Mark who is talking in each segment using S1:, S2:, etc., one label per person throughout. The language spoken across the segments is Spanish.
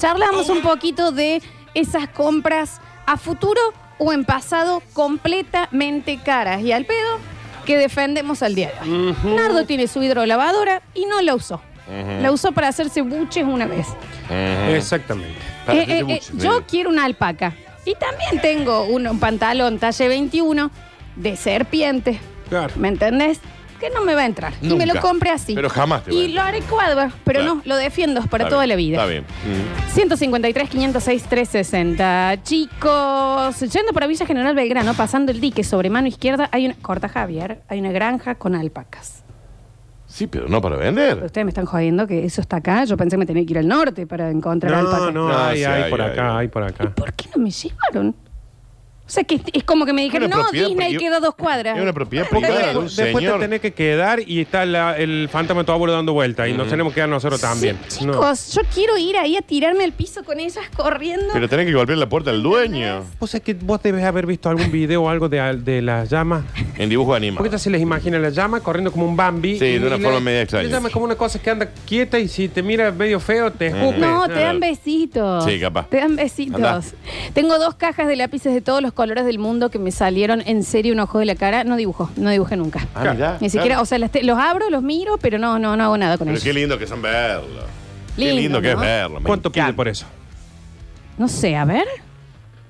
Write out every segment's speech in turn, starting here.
S1: charlamos
S2: Oh.
S1: un poquito de esas compras a futuro o en pasado completamente caras y al pedo que defendemos al día de hoy. Nardo tiene su hidrolavadora y no la usó. La usó para hacerse buches una vez.
S3: Exactamente.
S1: Eh, eh, eh, yo quiero una alpaca. Y también tengo un, un pantalón talle 21 de serpiente.
S3: Claro.
S1: ¿Me entendés? Que no me va a entrar. Y me
S2: Nunca.
S1: lo compré así.
S2: Pero jamás te va a
S1: Y lo
S2: entrar.
S1: haré cuadro, pero
S2: Claro.
S1: no, lo defiendo para
S2: Está
S1: toda
S2: bien,
S1: la vida.
S2: Está bien.
S1: 153, 506, 360. Chicos, yendo para Villa General Belgrano, pasando el dique sobre mano izquierda, hay una. Corta Javier, hay una granja con alpacas.
S2: Sí, pero no para
S1: Pero
S2: vender.
S1: ustedes me están jodiendo que eso está acá. Yo pensé que me tenía que ir al norte para encontrar
S3: No,
S1: alpacas.
S3: no,
S2: No,
S3: hay,
S2: sí,
S3: hay,
S2: hay,
S3: por
S2: hay,
S3: acá,
S2: hay.
S3: hay por acá.
S1: ¿Por qué no me llevaron? O sea, que es como que me dijeron,
S2: Una
S1: no,
S2: propiedad
S1: Disney
S2: pri-
S1: queda a dos cuadras.
S2: Es una propiedad
S1: Está bien.
S2: privada de un
S3: Después te
S2: señor.
S3: tenés que quedar y está la- el fantasma de tu abuelo dando vuelta y nos tenemos que quedar nosotros también.
S1: Sí,
S3: No.
S1: chicos, yo quiero ir ahí a tirarme al piso con ellas corriendo.
S2: Pero tenés que golpear la puerta al dueño.
S3: Vos sabés que vos debes haber visto algún video o algo de, de las llamas.
S2: En dibujo
S3: Porque
S2: animado.
S3: te se les imagina la llama corriendo como un Bambi.
S2: Sí,
S3: y-
S2: de una
S3: y la-
S2: forma media extraña.
S3: La llama es como una cosa que anda quieta y si te mira medio feo te escupe.
S1: No, te
S3: Nada.
S1: dan besitos.
S2: Sí, capaz.
S1: Te dan besitos.
S2: Andá.
S1: Tengo dos cajas de lápices de todos los colores del mundo que me salieron en serio un ojo de la cara. No dibujo, no dibujé nunca.
S2: Ah, mirá,
S1: Ni siquiera,
S2: claro.
S1: o sea, las te- los abro, los miro, pero no, no, no hago nada con
S2: Pero
S1: ellos.
S2: qué lindo que son verlo. qué
S1: Lindo,
S2: lindo que es
S1: ¿no?
S2: verlo. me
S3: ¿Cuánto pide
S2: encanta.
S3: por eso?
S1: No sé, a ver.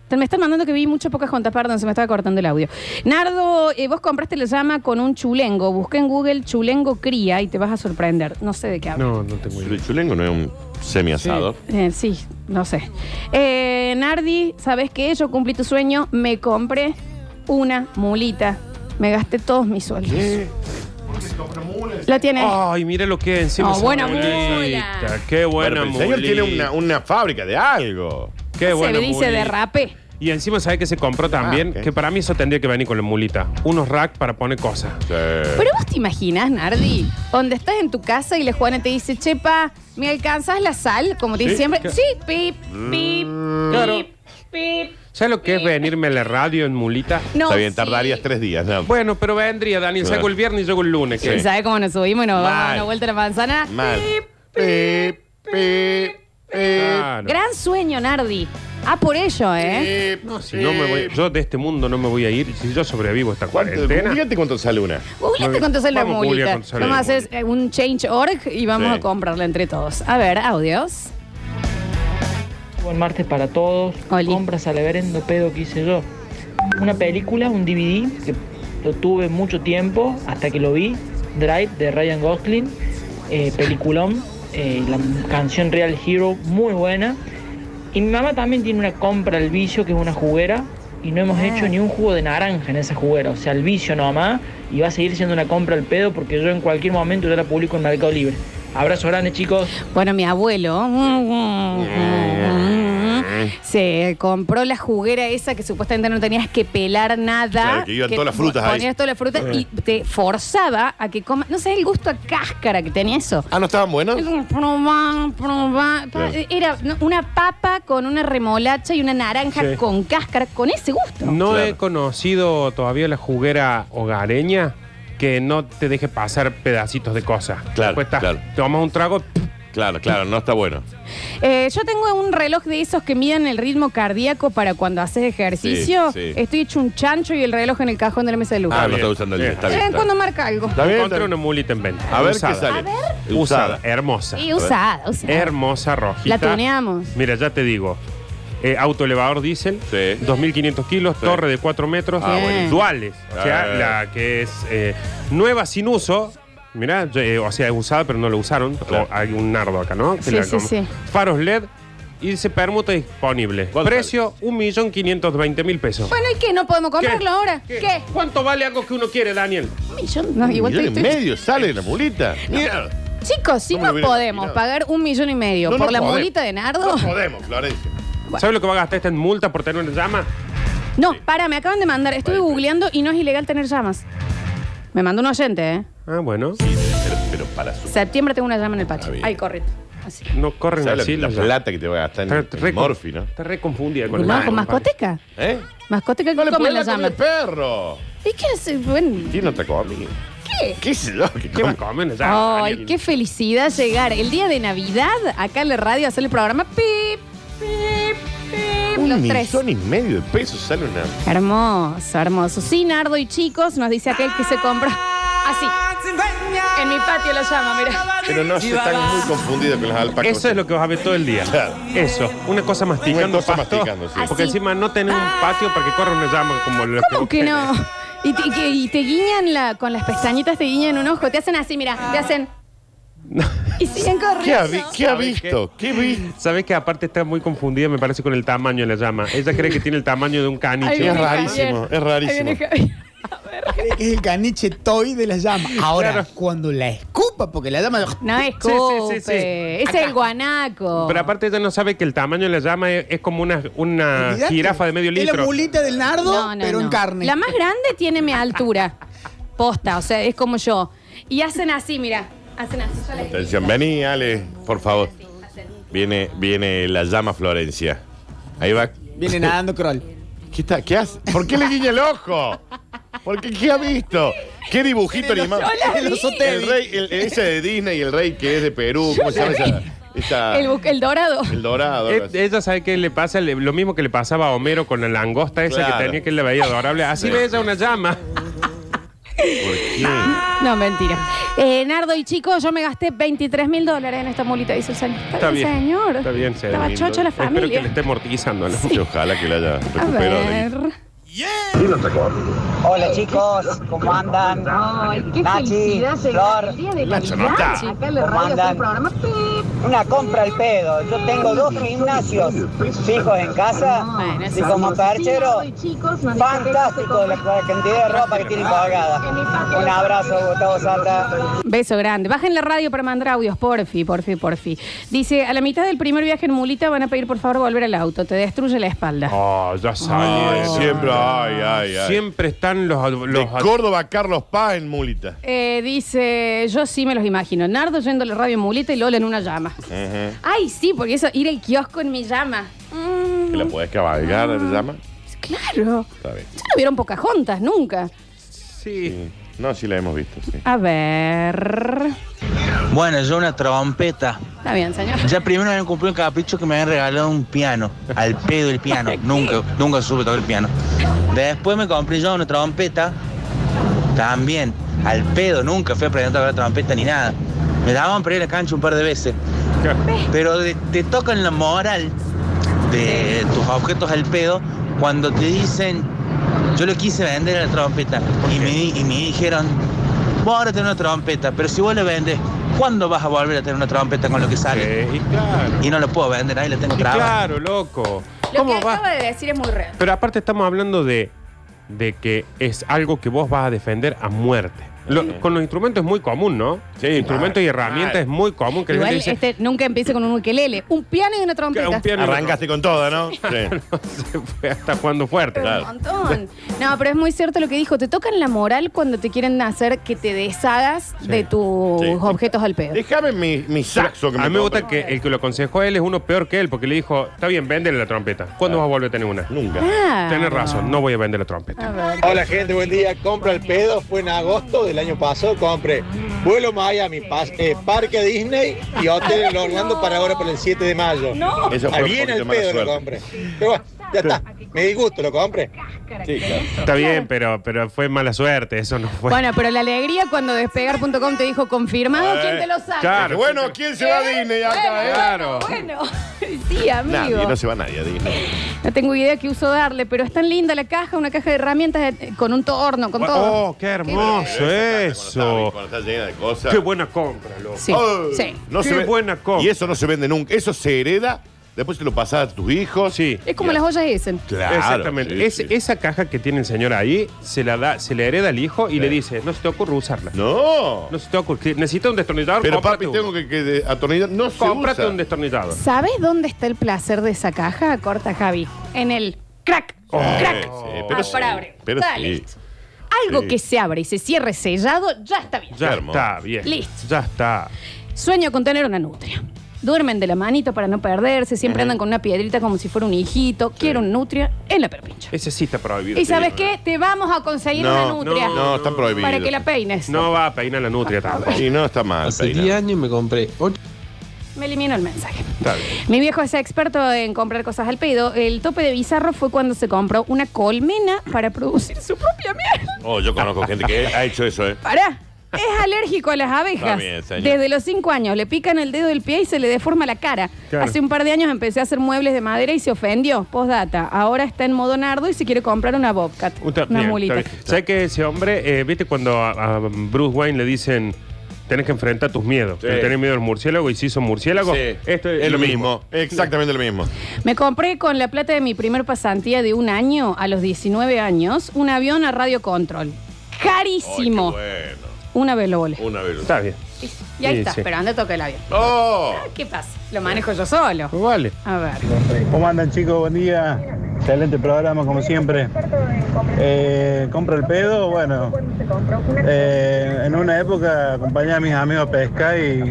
S1: Te- Me están mandando que vi mucho pocas juntas, perdón, se me estaba cortando el audio. Nardo, eh, vos compraste la llama con un chulengo. Busca en Google chulengo cría y te vas a sorprender. No sé de qué hablo.
S3: No, no tengo idea.
S2: El chulengo no es un semiasado.
S1: Eh, sí, no sé. Eh, Nardi, ¿sabes qué? Yo cumplí tu sueño, me compré una mulita. Me gasté todos mis sueldos. La tiene.
S3: Ay, mira lo que es encima.
S1: No,
S3: esa
S1: Oh, buena
S3: mulita.
S1: mula.
S3: Qué buena
S2: Bueno, pero el señor tiene
S3: mulita.
S2: una, una fábrica de algo.
S3: Qué
S1: se
S3: buena
S1: le dice
S3: mulita.
S1: derrapé.
S3: Y encima sabe que se compró también,
S2: Ah, ok.
S3: que para mí eso tendría que venir con la mulita. Unos racks para poner cosas.
S2: Sí.
S1: Pero vos te imaginas, Nardi, donde estás en tu casa y la Juana te dice, Chepa, ¿me alcanzas la sal? Como te dice
S2: Sí,
S1: siempre.
S3: ca-
S1: Sí, pip, pip,
S3: Mm, Claro.
S1: pip, pip.
S3: ¿Sabes lo que es venirme a la radio en mulita?
S1: No,
S2: Está bien,
S1: sí.
S2: tardarías tres días. ¿no?
S3: Bueno, pero vendría, Daniel.
S2: Claro.
S3: Salgo el viernes y llego el lunes.
S1: Sí,
S3: ¿qué?
S1: ¿Sabes cómo nos subimos y nos vamos a dar
S2: Mal.
S1: una vuelta a la manzana?
S2: Mal.
S1: Pip, Ah,
S2: Pip, pip, pip,
S3: Claro.
S1: Gran sueño, Nardi. Ah, por ello, ¿eh?
S2: pip,
S3: No, si no me voy-
S2: pip.
S3: yo de este mundo no me voy a ir. Si yo sobrevivo esta
S2: ¿Cuánto,
S3: cuarentena.
S2: fíjate cuánto sale una.
S1: Googleate
S3: Muy
S1: cuánto sale la
S3: bien. Vamos a googlear
S1: mulita.
S3: cuánto sale
S1: Vamos a
S3: la
S1: hacer eh, un change.org y vamos
S2: Sí.
S1: a comprarla entre todos. A ver, audios.
S4: Buen martes para todos.
S1: Oli.
S4: Compras al reverendo pedo que hice yo. Una película, un DVD, que lo tuve mucho tiempo hasta que lo vi. Drive de Ryan Gosling, eh, peliculón, eh, la canción Real Hero, muy buena. Y mi mamá también tiene una compra al vicio, que es una juguera, y no hemos
S1: Ah.
S4: hecho ni un jugo de naranja en esa juguera. O sea, al vicio nomás, y va a seguir siendo una compra al pedo porque yo en cualquier momento ya la publico en Mercado Libre. Abrazo grande, chicos.
S1: Bueno, mi abuelo se compró la juguera esa que supuestamente no tenías que pelar nada.
S2: Claro, que iban todas las frutas ahí.
S1: Ponías todas las frutas y te forzaba a que comas. No sé, el gusto a cáscara que tenía eso.
S2: Ah, ¿no estaban buenos?
S1: Probá, probá.
S2: Claro.
S1: Era no, una papa con una remolacha y una naranja
S3: Sí.
S1: con cáscara, con ese gusto.
S3: No
S2: Claro.
S3: he conocido todavía la juguera hogareña que no te deje pasar pedacitos de cosas.
S2: Claro,
S3: Después estás-
S2: claro.
S3: Tomas un trago.
S2: Claro, claro, no está bueno.
S1: Eh, yo tengo un reloj de esos que miden el ritmo cardíaco para cuando haces ejercicio.
S2: Sí, sí.
S1: Estoy hecho un chancho y el reloj en el cajón de la mesa del
S2: Ah,
S1: lugar.
S2: no
S3: bien.
S2: está usando el
S3: Bien.
S2: día. Está
S1: De
S2: bien.
S1: vez en
S2: está
S1: Eh, cuando marca algo.
S2: Está bien, está
S3: Encontré
S2: bien.
S3: una mulita en venta.
S2: A ver
S3: usada.
S2: qué sale.
S1: A ver.
S3: Usada, hermosa.
S1: Y usada, usada.
S3: Hermosa rojita.
S1: La tuneamos.
S3: Mira, ya te digo. Eh, autoelevador diésel,
S2: Sí.
S3: 2.500 kilos,
S2: Sí.
S3: torre de 4 metros,
S2: Ah,
S1: bueno.
S3: duales. O sea,
S2: Ah.
S3: la que es eh, nueva sin uso. Mirá, yo, eh, o sea, es usada, pero no la usaron.
S2: Claro.
S3: O hay un nardo acá, ¿no? Que
S1: Sí,
S3: la
S1: sí,
S3: como-
S1: sí.
S3: Faros LED y se permuta disponible.
S2: ¿Cuánto
S3: Precio, 1.520.000 pesos.
S1: Bueno, ¿y qué? ¿No podemos comprarlo ahora? ¿Qué?
S3: ¿Cuánto vale algo que uno quiere, Daniel?
S1: Un millón. No, igual
S2: millón
S1: estoy-
S2: y
S1: estoy-
S2: medio sale la mulita. Mira.
S1: Chicos, si
S2: ¿Cómo
S1: no
S2: lo hubiera
S1: podemos
S2: imaginado?
S1: pagar un millón y medio
S2: No,
S1: por
S2: no
S1: la
S2: podemos.
S1: mulita de Nardo.
S2: No podemos, Florencia.
S3: ¿Sabes lo que va a gastar esta en multa por tener una llama?
S1: No, para, me acaban de mandar. Estuve
S2: Vale,
S1: googleando y no es ilegal tener llamas. Me mandó un oyente, ¿eh?
S3: Ah, bueno.
S2: Sí, pero, pero para su.
S1: Septiembre tengo una llama en el
S2: Está
S1: patio.
S2: bien.
S1: Ay, correcto. Así.
S3: No corren
S2: ¿Sabes
S3: así
S2: la,
S3: las
S2: la plata que te va a gastar en,
S3: Está
S2: en
S3: re,
S2: Morphy, no?
S3: Está re confundida con el
S1: ¿Vamos con
S3: Morphy.
S1: mascoteca?
S2: ¿Eh?
S1: Mascoteca
S2: No
S1: que
S2: le
S1: comen
S2: puedes
S1: la
S2: dar con
S1: llama.
S2: el perro.
S1: ¿Y qué es? Bueno,
S2: ¿Quién no te comí?
S1: ¿qué?
S2: ¿Qué es lo que
S3: ¿Qué va
S2: come?
S3: a comer? Ya,
S1: Ay,
S3: Daniel.
S1: qué felicidad llegar el día de Navidad acá en la radio a hacer el programa. Pip, Harlem, los
S2: Un
S1: tres.
S2: millón y medio de pesos sale una.
S1: Hermoso, hermoso. Sí, Nardo y chicos, nos dice aquel que se compra así. En mi patio la llama, mira.
S2: Pero no se están muy confundidos con las alpacas.
S3: Eso es lo que vas a ver todo el día.
S2: Claro.
S3: Eso, una cosa masticando
S2: Una cosa
S3: pasto,
S2: masticando, sí.
S1: Así. Ah.
S3: Porque encima no tenés un patio para que corra una llama como lo
S1: ¿Cómo que no? Y te, y que- y te guiñan la, con las pestañitas, te guiñan un ojo, te hacen así, mira, te hacen. Y siguen
S2: Ah. ¿Qué ha,
S1: corriendo.
S2: vi- qué ha
S3: ¿Sabes
S2: visto? ¿Qué vi?
S3: Sabes que aparte está muy confundida, me parece, con el tamaño de la llama. Ella cree que tiene el tamaño de un
S1: Ahí
S3: caniche.
S1: viene
S2: Es
S1: Javier.
S2: rarísimo, es
S1: Ahí
S2: rarísimo.
S1: viene Javier.
S5: Cree que es el caniche toy de la llama. Ahora,
S3: Claro.
S5: cuando la escupa, porque la llama.
S2: Ah,
S1: No es
S3: sí, sí, sí.
S1: Es el guanaco.
S3: Pero aparte ella no sabe que el tamaño de la llama es, es como una, una
S5: Olvidate.
S3: jirafa de medio
S5: Es la
S3: litro.
S5: mulita del nardo,
S1: No, no,
S5: pero en
S1: no.
S5: carne.
S1: La más grande tiene mi altura. Posta, o sea, es como yo. Y hacen así, mira. Hacen así. yo la-
S2: Atención, vení, Ale, por favor. Viene, viene la llama Florencia. Ahí va.
S5: Viene nadando Kroll.
S2: ¿Qué, está, ¿Qué hace? ¿Por qué le guiña el ojo? ¿Por qué, ¿Qué ha visto? ¿Qué dibujito animado?
S1: la
S5: El
S1: vi.
S5: oso
S2: El
S5: Teddy.
S2: rey, el, ese de Disney y el rey que es de Perú, ¿cómo se llama esa? esa-
S1: El, bu- el dorado.
S2: el dorado. algo
S3: Eh,
S2: así.
S3: Ella sabe que le pasa le- lo mismo que le pasaba a Homero con la langosta esa
S2: Claro.
S3: que tenía que él la veía adorable. Así
S2: Sí.
S3: ve ella una llama.
S2: ¿Por
S1: eh.
S2: qué?
S1: No, mentira. Eh, Nardo y chicos, yo me gasté 23 mil dólares en esta mulita, dice el señor.
S3: Está bien.
S1: señor.
S3: Está bien, señor.
S1: Estaba chocho la
S3: Espero que
S1: familia.
S3: le esté amortizando. ¿no?
S2: Y Ojalá que la haya
S1: A
S2: recuperado.
S1: ver.
S6: Hola chicos, ¿cómo andan?
S7: Ay, qué
S6: Nachi,
S7: felicidad llegar
S6: Flor.
S7: el día de
S2: Nacho,
S7: Navidad.
S2: nota.
S7: Acá en la
S6: ¿Cómo
S7: radio hace
S6: andan?
S7: un programa. ¡Pip!
S6: Una compra al pedo. Yo tengo dos gimnasios fijos en casa
S1: Bueno, eso
S6: y como perchero,
S7: Sí, chicos, nos
S6: fantástico la, la cantidad de ropa que tienen colgada. Un abrazo, Gustavo Santa.
S1: Beso grande. Bajen la radio para mandar audios, porfi, porfi, porfi. Dice, a la mitad del primer viaje en mulita van a pedir por favor volver al auto, te destruye la espalda.
S3: Oh, ya
S2: Ay,
S3: sabe.
S2: siempre, ay, ay, ay.
S3: Siempre están los,
S2: De
S3: los
S2: Córdoba, Carlos Paz en mulita.
S1: Eh, dice, yo sí me los imagino. Nardo yendo a la radio en mulita y Lola en una llama. Ay, sí, porque eso, ir al kiosco en mi llama. Mm,
S2: ¿Que la podés cabalgar, la llama?
S1: claro.
S2: Está bien.
S1: Ya no vieron Pocahontas, nunca.
S3: Sí.
S2: Sí. No, sí la hemos visto, sí.
S1: A ver.
S8: Bueno, yo una trompeta.
S1: Está bien, señor.
S8: Ya primero me han cumplido un capricho que me habían regalado un piano. Al pedo el piano. Nunca, nunca supe tocar el piano. Después me compré yo una trompeta. También. Al pedo, nunca fui aprendiendo a tocar trompeta ni nada. Me daban para ir a la cancha un par de veces. Pero de- te tocan la moral de tus objetos al pedo cuando te dicen, yo le quise vender a la trompeta. Y me, di- y me dijeron, vos ahora tenés una trompeta, pero si vos le vendes, ¿cuándo vas a volver a tener una trompeta con lo que sale?
S3: Sí, Y claro.
S8: Y no lo puedo vender, ahí la tengo
S3: Y
S8: trabada.
S3: claro, loco.
S1: Lo que
S3: ¿Cómo
S1: acaba
S3: va?
S1: de decir es muy real.
S3: Pero aparte estamos hablando de, de que es algo que vos vas a defender a muerte. Lo- con los instrumentos es muy común, ¿no?
S2: Sí,
S3: instrumentos
S2: claro.
S3: y herramientas es muy común que la
S1: Igual
S3: gente dice,
S1: este nunca empiece con un ukelele. Un piano y una trompeta.
S3: "Ah, un piano y una
S2: Arrancaste con toda, ¿no? Sí.
S3: trompeta". Se fue hasta jugando fuerte.
S1: Pero un montón. No, pero es muy cierto lo que dijo. Te tocan la moral cuando te quieren hacer que te deshagas de tus
S2: Sí.
S1: objetos al pedo.
S2: Déjame mi, mi saxo que
S3: a mí me gusta
S2: compré.
S3: que el que lo aconsejó a él es uno peor que él, porque le dijo, está bien, véndele la trompeta. ¿Cuándo
S2: Ah.
S3: vas a volver a tener una?
S2: Nunca.
S1: Ah.
S3: Tienes razón, no voy a vender la trompeta.
S1: A ver.
S9: Hola gente, buen día. Compra el pedo, fue en agosto del año pasado. Compré vuelo Miami, pas- eh, Parque Disney y hotel en Orlando para ahora para el 7 de mayo. No,
S2: Eso fue
S9: Ahí
S2: un
S9: viene
S2: poquito
S9: el
S2: mala
S9: pedo, lo
S2: suerte.
S9: compré. Pero bueno, ya está. Me disgusto, lo compré.
S2: Sí, Ah. claro.
S3: Está bien, pero, pero fue mala suerte, eso no
S2: pues.
S3: fue.
S1: Bueno, pero la alegría cuando despegar.com te dijo confirmado, Ah,
S2: Eh,
S1: ¿quién te lo saca?
S3: Claro.
S2: Bueno, ¿quién se va a Disney acá, eh?
S3: claro.
S1: Bueno, sí, amigo.
S2: Nadie, no se va nadie a Disney.
S1: No tengo idea qué uso darle, pero es tan linda la caja, una caja de herramientas eh, con un torno, con todo.
S3: Oh, qué hermoso eso.
S2: Cuando está llena de cosas.
S3: Qué buena compra, loco.
S1: Sí,
S2: Oh,
S1: sí.
S2: no
S3: Qué
S2: se ve-
S3: buena compra.
S2: Y eso no se vende nunca. Eso se hereda, después te lo pasas a tus hijos.
S3: Sí.
S1: Es como las ollas Essen.
S2: Claro.
S3: Exactamente.
S2: sí,
S3: Es-
S2: sí.
S3: Esa caja que tiene el señor ahí, se la da, se le hereda al hijo y le dice, no se te ocurre usarla. No,
S2: No.
S3: se te ocurre. Necesita un destornillador.
S2: Pero
S3: cómprate
S2: papi,
S3: uno.
S2: tengo que, que de- atornillar. No se
S3: Cómprate
S2: usa.
S3: un destornillador.
S1: ¿Sabes dónde está el placer de esa caja? Corta Javi. En el crack. crack.
S2: Oh, Sí, sí,
S1: Ah,
S2: pero sí,
S1: para abrir.
S2: pero
S1: Dale.
S2: sí.
S1: Algo
S2: sí.
S1: que se abre y se cierre sellado, ya está bien.
S3: Ya
S2: hermoso.
S3: está, bien.
S1: Listo.
S3: Ya está.
S1: Sueño con tener una nutria. Duermen de la manito para no perderse, siempre andan con una piedrita como si fuera un hijito. Quiero una nutria en la perpincha.
S3: Ese sí está prohibido.
S1: ¿Y sabes qué? Te vamos a conseguir una
S2: No,
S1: nutria.
S2: no, no, está prohibido.
S3: ¿eh?
S1: Para que la peines. Ah,
S3: No va a peinar la nutria tampoco.
S2: Y no está mal.
S10: Hace
S2: peinado.
S10: 10 años me compré ocho
S1: Me elimino el mensaje.
S3: Está bien.
S1: Mi viejo es experto en comprar cosas al pedo. El tope de bizarro fue cuando se compró una colmena para producir su propia miel.
S2: Oh, yo conozco gente que ha hecho eso, ¿eh?
S1: Pará. Es alérgico a las abejas.
S2: Está bien, señor.
S1: Desde los cinco años le pican el dedo del pie y se le deforma la cara.
S3: Claro.
S1: Hace un par de años empecé a hacer muebles de madera y se ofendió. Postdata. Ahora está en modo nardo y se quiere comprar una Bobcat.
S3: Usted-
S1: una
S3: bien,
S1: mulita.
S3: está bien. ¿Sabes que ese hombre, eh, viste cuando a, a Bruce Wayne le dicen, tenés que enfrentar tus miedos?
S2: Sí.
S3: que Tenés miedo al murciélago y si hizo murciélago,
S2: Sí,
S3: esto es,
S2: lo mismo. Exactamente lo mismo.
S1: Me compré con la plata de mi primer pasantía de un año a los 19 años un avión a radio control. Carísimo.
S2: Ay, qué bueno.
S1: Una vez lo volé.
S2: Una vez.
S3: Está bien.
S1: Y ahí
S3: Sí,
S1: está,
S3: sí.
S1: pero anda toca el avión.
S2: ¡Oh!
S1: ¿Qué pasa? Lo manejo yo solo.
S3: Pues vale.
S1: A ver.
S10: ¿Cómo andan chicos? Buen día. Excelente programa como siempre. Eh, compro el pedo, bueno. eh, en una época acompañé a mis amigos a pescar y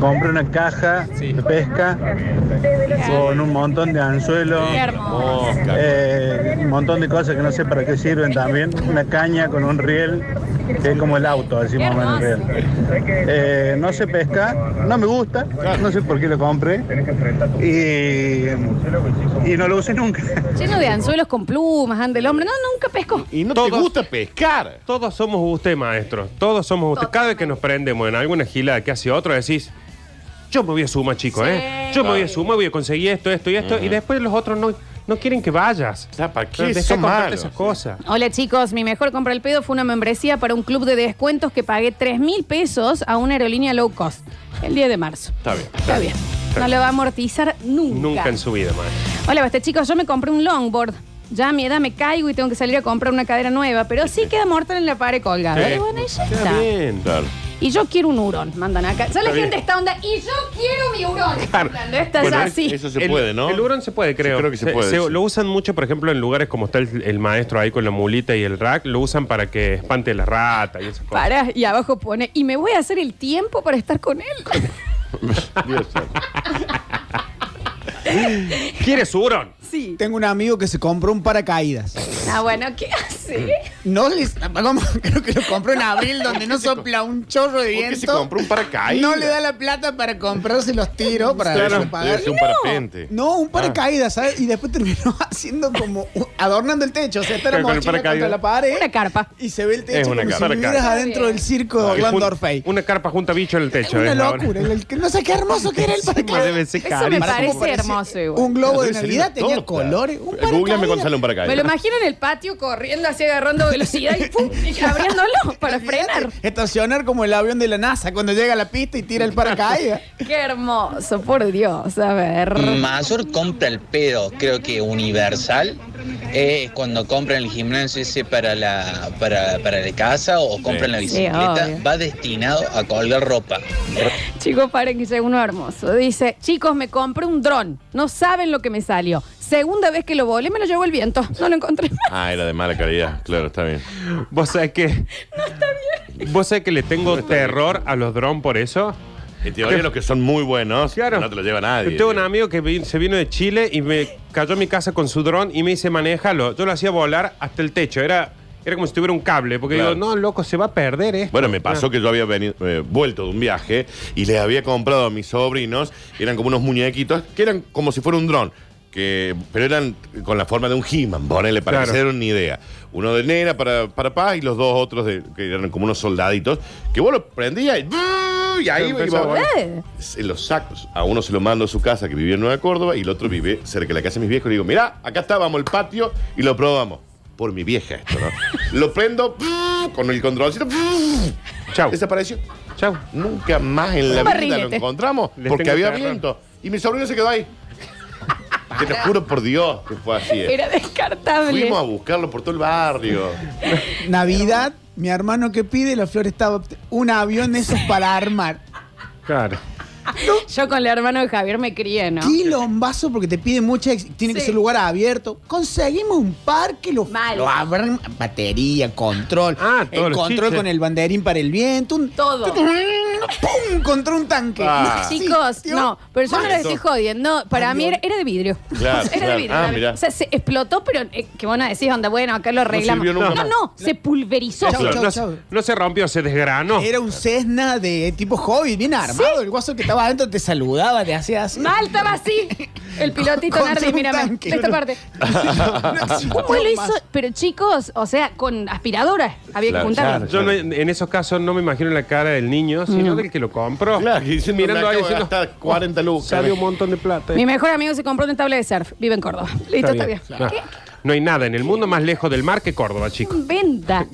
S10: compré una caja de pesca con un montón de anzuelos,
S1: Qué hermoso.
S2: Oh,
S10: eh, un montón de cosas que no sé para qué sirven también. Una caña con un riel, que es como el auto,
S1: Qué
S10: decimos más o menos, el
S1: hermoso.
S10: riel. Eh, no sé pescar, no me gusta, no sé por qué lo compré. Y, y no lo usé nunca.
S1: Lleno de anzuelos con plumas, anda el hombre. No, nunca pesco.
S2: Y no te
S3: Todos-
S2: gusta pescar.
S3: Todos somos usted, maestro. Todos somos usted. Cada vez que nos prendemos en alguna gilada que hace otro, decís, yo me voy a sumar, chico,
S1: Sí.
S3: ¿eh? Yo me voy a sumar, voy a conseguir esto, esto y esto. Y después los otros no, no quieren que vayas.
S2: sea, ¿para qué?
S3: Deja de
S2: Son
S3: comprarte
S2: malos.
S3: esas cosas.
S1: Hola chicos, mi mejor compra al pedo fue una membresía para un club de descuentos que pagué 3 mil pesos a una aerolínea low cost el 10 de marzo.
S2: Está bien.
S1: Está bien. No lo va a amortizar nunca.
S3: Nunca en su vida, maestro.
S1: Hola, basta chicos, yo me compré un longboard. Ya a mi edad me caigo y tengo que salir a comprar una cadera nueva, pero sí queda mortal en la pared colgada.
S2: Sí.
S1: Y bueno, y ya
S3: Está
S1: está.
S3: bien.
S2: Claro.
S1: Y yo quiero un hurón, mandan acá. Ya la
S3: Está
S1: gente
S3: bien.
S1: está onda. Y yo quiero mi hurón.
S3: Claro.
S1: Cuando Estás
S2: Bueno,
S1: así.
S2: Eso se puede, ¿no?
S3: El hurón se puede, creo.
S2: Sí, creo que se puede, sí.
S3: Lo usan mucho, por ejemplo, en lugares como está el, el maestro ahí con la mulita y el rack. Lo usan para que espante la rata y esas cosas.
S1: Pará, y abajo pone, y me voy a hacer el tiempo para estar con él.
S2: Dios santo.
S3: ¿Quieres hurón?
S1: Sí.
S5: Tengo un amigo que se compró un paracaídas.
S1: Ah, bueno, ¿qué hace?
S5: No les, vamos, creo que lo compró en abril donde no sopla un chorro de
S2: ¿Por qué
S5: viento.
S2: se compró un paracaídas?
S5: No le da la plata para comprarse los tiros para
S2: Claro,
S5: pagar.
S2: es un parapente.
S5: No,
S3: Ah.
S5: un paracaídas, ¿sabes? Y después terminó haciendo como un- adornando el techo, o sea, está la
S3: Pero con el
S5: mochila contra
S3: paracaídas.
S5: la pared
S1: Una carpa.
S5: y se ve el techo
S3: Es una
S5: como si
S3: carpa.
S5: estuvieras adentro del circo de Orlando
S3: Jun-
S5: Orfei.
S3: Una carpa junta bicho en el techo.
S5: Una
S3: ¿eh? Ahora.
S5: locura, el- el- no sé qué hermoso que era el
S3: Encima
S5: paracaídas.
S3: pues, debe ser
S1: Eso me
S3: carísimo.
S5: Pará, como
S1: Parece
S5: parecía
S1: hermoso igual.
S5: Un globo de
S2: Debe ser una
S5: Navidad tenía
S2: torta.
S5: colores. Un
S2: Googleame
S5: paracaídas.
S2: con sale un
S1: Me lo
S2: paracaídas.
S1: imagino en el patio corriendo así, agarrando velocidad y pum, y abriéndolo para frenar.
S5: Estacionar como el avión de la NASA cuando llega a la pista y tira el paracaídas.
S1: Qué hermoso, por Dios. A ver.
S2: Mm.
S4: Mayor compra el pedo, creo que universal, eh, es cuando compran el gimnasio ese para la, para, para la casa o compran la
S1: Sí,
S4: bicicleta,
S1: obvio.
S4: va destinado a colgar ropa.
S1: Chicos, paren que llega uno hermoso. Dice, chicos, me compré un dron. No saben lo que me salió. Segunda vez que lo volé, me lo llevó el viento. No lo encontré.
S2: Ah, era de mala calidad. Claro, está bien.
S3: Vos sabés que. Vos sabés que le tengo terror a los drones por eso.
S2: En teoría, los que son muy buenos,
S3: Claro.
S2: no te lo lleva nadie.
S3: Yo tengo un
S2: digo.
S3: amigo que vi- se vino de Chile y me cayó a mi casa con su dron y me dice, manéjalo. Yo lo hacía volar hasta el techo. Era, era como si tuviera un cable. Porque
S2: Claro.
S3: digo, no, loco, se va a perder, ¿eh?
S2: Bueno, me pasó que yo había venido, eh, vuelto de un viaje y les había comprado a mis sobrinos, eran como unos muñequitos, que eran como si fuera un dron, que, pero eran con la forma de un He-Man, ponele, para
S3: Claro.
S2: que se den una idea. Uno de nena para, para paz y los dos otros de- que eran como unos soldaditos, que vos lo prendías y, ¡brrr! y ahí
S3: Empezó
S2: iba-
S3: a volar.
S1: Eh,
S2: se los sacos. A uno se lo mando a su casa, que vivía en Nueva Córdoba, y el otro vive cerca de la casa de mis viejos. Le digo, mirá, acá estábamos el patio y lo probamos. Por mi vieja esto, ¿no? lo prendo con el controlcito.
S3: Chau.
S2: Desapareció.
S3: Chau.
S2: Nunca más en
S1: Un
S2: la vida lo
S1: barrilete.
S2: encontramos
S3: Les
S2: porque
S3: tengo
S2: había
S3: terror.
S2: viento. Y mi sobrino se quedó ahí. Te lo juro por Dios que fue así. eh.
S1: Era descartable.
S2: Fuimos a buscarlo por todo el barrio.
S5: Navidad, mi hermano que pide, la flor estaba un avión de esos para armar.
S3: Claro.
S1: Yo con el hermano de Javier me crié, ¿no?
S5: Quilombazo porque te pide mucha, ex- tiene que
S1: Sí.
S5: ser lugar abierto. Conseguimos un parque, lo,
S1: Mal.
S5: lo abren, batería, control,
S3: Ah, todos
S5: el
S3: los
S5: control
S3: chiches.
S5: con el banderín para el viento, un-
S1: Todo.
S5: ¡Pum! Contra un tanque.
S2: Ah.
S1: Chicos,
S5: existió.
S1: no, pero yo no lo
S2: Mal.
S1: estoy jodiendo. Para mí era, era de vidrio.
S2: Claro,
S1: era
S2: claro.
S1: de vidrio.
S2: Ah,
S1: la-
S2: mirá.
S1: O sea, se explotó, pero eh, que vos no decís, onda, bueno, acá lo arreglamos.
S2: sirvió nunca
S1: no,
S2: más.
S1: no, se pulverizó.
S5: Chau,
S3: No,
S5: chau,
S3: no-
S5: chau.
S3: no se rompió, se desgranó.
S5: Era un Cessna de tipo hobby, bien armado. El guaso que estaba adentro te saludaba, te hacía así.
S1: Mal estaba así. El pilotito
S5: Contra
S1: Nardi,
S5: un
S1: mírame.
S5: tanque.
S1: De esta parte. ¿Cómo lo hizo? Pero chicos, o sea, con aspiradoras había que
S2: Claro,
S1: juntarlo.
S3: Yo no- en esos casos no me imagino la cara del niño, sino del que lo compró.
S2: Claro, que diciendo,
S3: mirando
S2: "Me
S3: ahí
S2: acabo de
S3: diciendo,
S2: gastar 40 lucas".
S3: Sabe un montón de plata.
S1: Mi mejor amigo se compró una tabla de surf. Vive en Córdoba. Listo, está bien.
S3: No, no hay nada en el mundo más lejos del mar que Córdoba, chicos.
S1: Venta.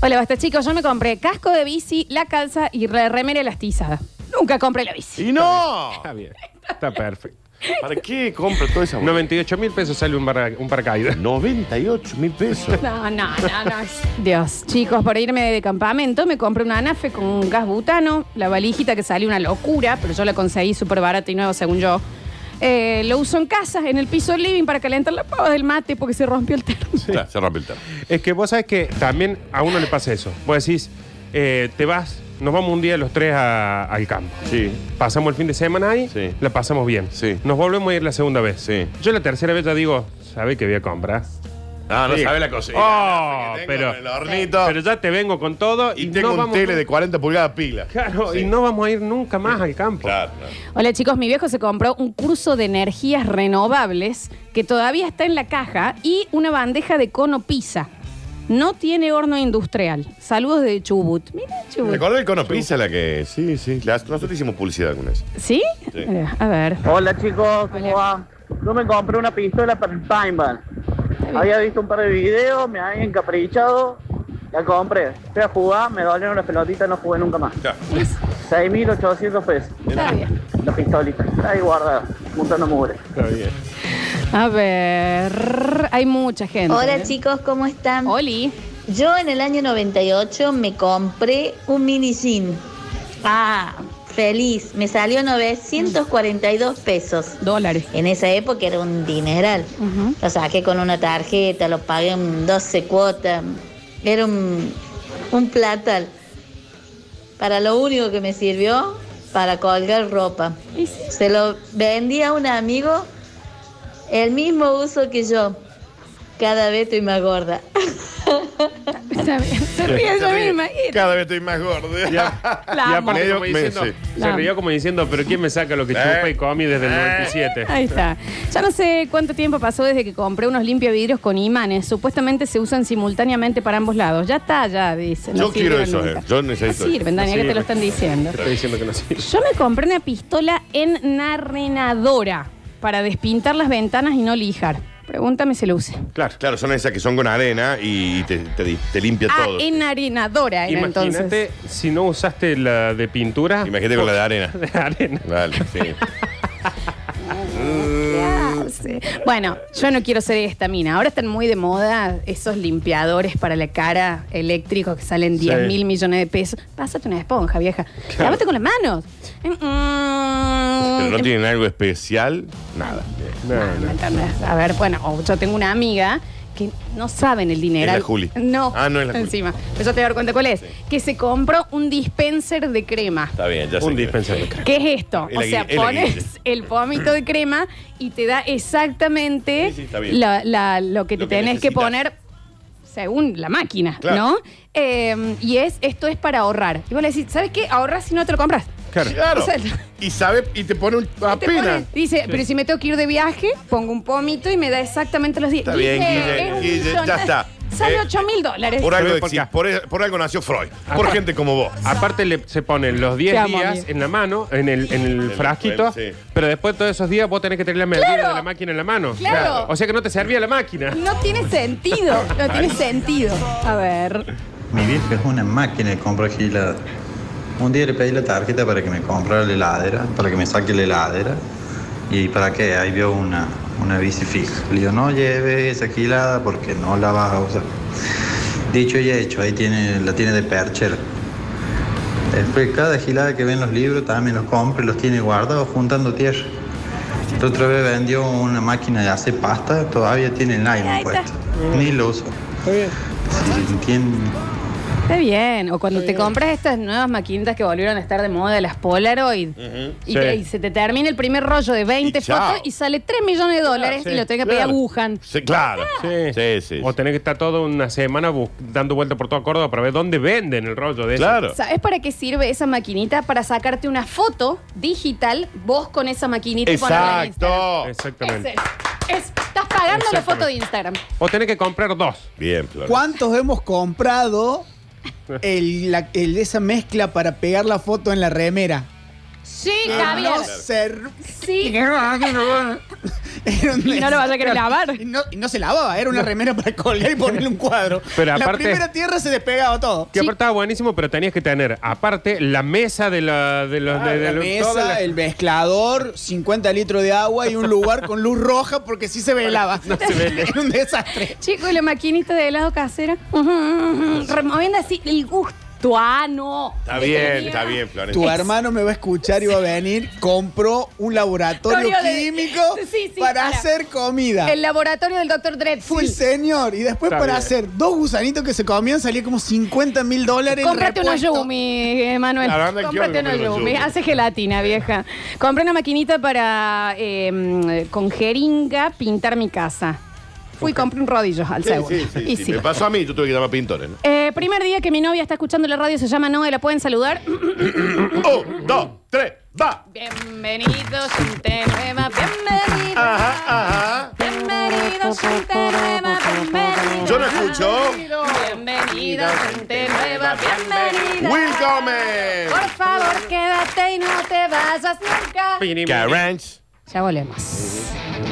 S1: Hola, basta chicos. Yo me compré casco de bici, la calza y la remera elastizada. Nunca compré la bici.
S2: ¡Y no!
S3: Está bien. Está perfecto.
S2: ¿Para qué compra toda esa bolsa?
S3: 98 mil pesos sale un, barra- un paracaídas.
S2: 98 mil pesos.
S1: No, no, no, no. Dios, chicos, por irme de campamento me compré una anafe con gas butano, la valijita que salió una locura, pero yo la conseguí súper barata y nueva según yo. Eh, lo uso en casa, en el piso del living, para calentar la pava del mate porque se rompió el termo.
S2: Claro, se rompe el termo.
S3: Es que vos sabés que también a uno le pasa eso. Vos decís, eh, te vas, nos vamos un día los tres a- al campo.
S2: Sí.
S3: Pasamos el fin de semana ahí,
S2: Sí.
S3: la pasamos bien.
S2: Sí.
S3: Nos volvemos a ir la segunda vez.
S2: Sí.
S3: Yo la tercera vez ya digo, ¿sabe que voy a comprar?
S2: Ah, no
S3: Sí.
S2: sabe la cocina.
S3: Oh,
S2: La que tengo
S3: pero,
S2: en el hornito.
S3: pero ya te vengo con todo y,
S2: Ah. y tengo
S3: no
S2: un
S3: vamos
S2: tele de 40 pulgadas pila.
S3: Claro,
S2: Sí.
S3: y no vamos a ir nunca más al campo.
S2: Claro, claro.
S1: Hola chicos, mi viejo se compró un curso de energías renovables que todavía está en la caja y una bandeja de cono pizza. No tiene horno industrial. Saludos de Chubut. Mira,
S2: ¿Te
S1: Chubut.
S2: acordás del cono pizza la que.? Sí, sí. La- nosotros hicimos publicidad alguna vez.
S1: ¿Sí?
S2: Sí.
S1: Mira, A ver.
S4: Hola chicos, ¿cómo va? Yo me compré una pistola para el Steinbach. Había visto un par de videos, me habían encaprichado, la compré. Fui a jugar, me dolieron las pelotitas, no jugué nunca más.
S2: Claro.
S4: 6.800 pesos,
S1: Está bien.
S4: la pistolita. Está ahí guardada, montando mugre.
S3: Está bien.
S1: A ver, hay mucha gente. ¿eh?
S7: Hola chicos, ¿cómo están?
S1: Oli.
S7: Yo en el año 98 me compré un mini jean. Ah, feliz. Me salió 942 pesos.
S1: Dólares.
S7: En esa época era un dineral.
S1: Ujú.
S7: Lo saqué con una tarjeta, lo pagué en 12 cuotas. Era un, un platal. Para lo único que me sirvió, para colgar ropa.
S1: Y sí.
S7: Se lo vendí a un amigo el mismo uso que yo. Cada vez estoy más gorda.
S1: Está bien. Se ríe ella misma. Y-
S2: Cada vez estoy más gordo.
S3: Ya.
S1: La
S3: y
S1: amo.
S3: aparte
S2: Medio
S3: como diciendo,
S2: mes,
S1: sí.
S3: se rió como diciendo, pero ¿quién me saca lo que chupa y comí desde el
S2: Eh.
S3: 97?
S1: Ahí está. Ya no sé cuánto tiempo pasó desde que compré unos limpiavidrios con imanes. Supuestamente se usan simultáneamente para ambos lados. Ya está, ya, dicen.
S2: Yo quiero esos, eh. Yo necesito
S1: No sirven, Daniel, que te lo
S3: sirven.
S1: están diciendo.
S3: Está diciendo que no sirve.
S1: Yo me compré una pistola enarrenadora para despintar las ventanas y no lijar. Pregúntame si lo usé.
S2: Claro. Claro, son esas que son con arena y te, te, di- te limpia
S1: Ah,
S2: todo.
S1: enarrenadora era entonces.
S3: Imagínate si no usaste la de pintura.
S2: Imagínate con la de arena.
S3: De arena.
S2: Dale, sí.
S1: Ya sé. Bueno, yo no quiero ser esta mina. Ahora están muy de moda esos limpiadores para la cara eléctricos que salen 10
S3: Sí.
S1: mil millones de pesos. Pásate una esponja, vieja. Lávate con las manos.
S2: Pero no
S1: Mm,
S2: tienen algo especial, nada.
S1: Ah, ¿me entendés? A ver, bueno, o yo tengo una amiga que no saben el dinero.
S2: Es la Juli.
S1: No.
S2: Ah, no es la Juli.
S1: Encima. Pero yo te voy a dar cuenta cuál es. Que se compró un dispenser de crema.
S2: Está bien, ya sé.
S3: Un
S2: que-
S3: dispensador de crema.
S1: ¿Qué es esto?
S2: El
S1: o sea,
S2: aguille- el aguille.
S1: pones el pomito de crema y te da exactamente
S2: Sí, sí, está bien.
S1: la- la- lo que te
S2: Lo que
S1: tenés que
S2: necesitas.
S1: poner según la máquina,
S2: Claro.
S1: ¿no? Eh, y es, esto es para ahorrar. Y vos le decís, ¿sabes qué? Ahorras si no te lo compras.
S3: Claro.
S2: Claro.
S1: O sea,
S2: y sabe, y te pone un,
S1: Te pone-
S2: apenas.
S1: dice, pero si me tengo que ir de viaje, pongo un pomito y me da exactamente los 10.
S2: Está bien,
S1: Guille,
S2: Guille,
S1: es un
S2: Guille,
S1: millón-
S2: ya está.
S1: Sale
S2: Eh,
S1: 8 mil dólares.
S2: Por algo,
S3: ¿Por
S2: exi-
S3: qué?
S2: por, por algo nació Freud.
S1: Ah,
S2: Por
S3: Ajá.
S2: gente como vos.
S3: Aparte le, se ponen los
S1: Te
S3: 10
S1: amo,
S3: días
S1: amigo.
S3: en la mano, en el, en el
S2: el-
S3: frasquito,
S2: sí.
S3: pero después de todos esos días vos tenés que tener la medida
S1: Claro.
S3: de la máquina en la mano.
S1: Claro.
S3: O sea que no te servía la máquina.
S1: No tiene sentido. No tiene sentido. A ver.
S11: Mi vieja es una máquina de comprar geladas. Un día le pedí la tarjeta para que me comprara la heladera, para que me saque la heladera. ¿Y para qué? Ahí vio una, una bici fija. Le digo, no lleve esa gilada porque no la vas a usar. Dicho y hecho, ahí tiene, la tiene de perchera. Después cada gilada que ven los libros también los compra y los tiene guardados juntando tierra. La otra vez vendió una máquina de hacer pasta, todavía tiene el
S1: Ahí
S11: nylon
S1: está.
S11: puesto. Ni lo uso. Si tienen
S1: Está bien. O cuando te compras estas nuevas maquinitas que volvieron a estar de moda, las Polaroid, y,
S3: Sí.
S1: que- y se te termina el primer rollo de 20
S2: Y chao.
S1: fotos y sale 3 millones de dólares
S3: sí,
S1: y lo tenés que pedir a
S2: claro.
S1: Wuhan.
S2: Sí, claro.
S3: Sí.
S2: Sí, sí.
S3: O tener que estar toda una semana bus- dando vuelta por toda Córdoba para ver dónde venden el rollo de ese.
S2: Claro.
S1: ¿Sabes para qué sirve esa maquinita? Para sacarte una foto digital, vos con esa maquinita y ponerla en Instagram.
S2: Exacto.
S1: Es
S3: Exactamente.
S1: eso. Es- estás pagando la
S3: Exactamente.
S1: foto de Instagram.
S3: O tener que comprar dos.
S2: Bien, Flor.
S5: ¿Cuántos hemos comprado el, la- el- esa mezcla para pegar la foto en la remera?
S1: Sí,
S5: No
S1: Javier.
S5: ser...
S1: Sí.
S5: Era un-
S1: Y no lo vaya a querer lavar.
S5: Y no, y no se lavaba, era una remera para colgar y ponerle un cuadro.
S3: Pero
S5: la
S3: aparte-
S5: primera tierra se despegaba todo.
S3: Que aparte estaba buenísimo, pero tenías que tener, aparte, la mesa de la... De
S1: Ah,
S3: los, de, de
S5: la
S3: lo- toda
S5: mesa,
S3: la-
S5: el mezclador, 50 litros de agua y un lugar con luz roja porque sí se velaba. Era un desastre.
S1: Chico, y la maquinita de helado casera. Ujú, ujú, ujú. Removiendo así el gusto. Ah, no.
S2: Está bien, está bien, Florencia.
S5: Tu hermano me va a escuchar y va a venir. Compró un laboratorio
S1: Laboratorio de-
S5: químico
S1: Sí, sí,
S5: para,
S1: para.
S5: hacer comida.
S1: El laboratorio del Dr. Dreadful.
S5: Ah. Sí, señor. Y después
S3: Está
S5: para
S3: bien.
S5: hacer dos gusanitos que se comían salía como 50 mil dólares. el
S1: Cómprate una
S5: repuesto.
S1: Yumi, eh, Manuel.
S2: La verdad que
S1: Cómprate
S2: yo
S1: una
S2: me compré una
S1: Yumi.
S2: Yumi.
S1: Hace gelatina, vieja. Compré una maquinita para, eh, con jeringa, pintar mi casa. Fui y compré un rodillo al
S2: Sí,
S1: seguro.
S2: sí, sí,
S1: y
S2: sí.
S1: sí.
S2: Me pasó a mí, yo tuve que llamar a pintores. ¿no?
S1: Eh, primer día que mi novia está escuchando la radio, se llama Noe, la pueden saludar.
S2: Un, dos, tres, va.
S1: Bienvenidos a un tema, bienvenidos.
S2: Ajá, ajá.
S1: Bienvenidos a un tema, bienvenidos.
S2: Yo no escucho.
S1: Bienvenidos, gente nueva, bienvenida.
S2: Welcome.
S1: Por favor, quédate y no te vayas nunca.
S3: Pinim.
S2: Carranch.
S1: Ya volvemos.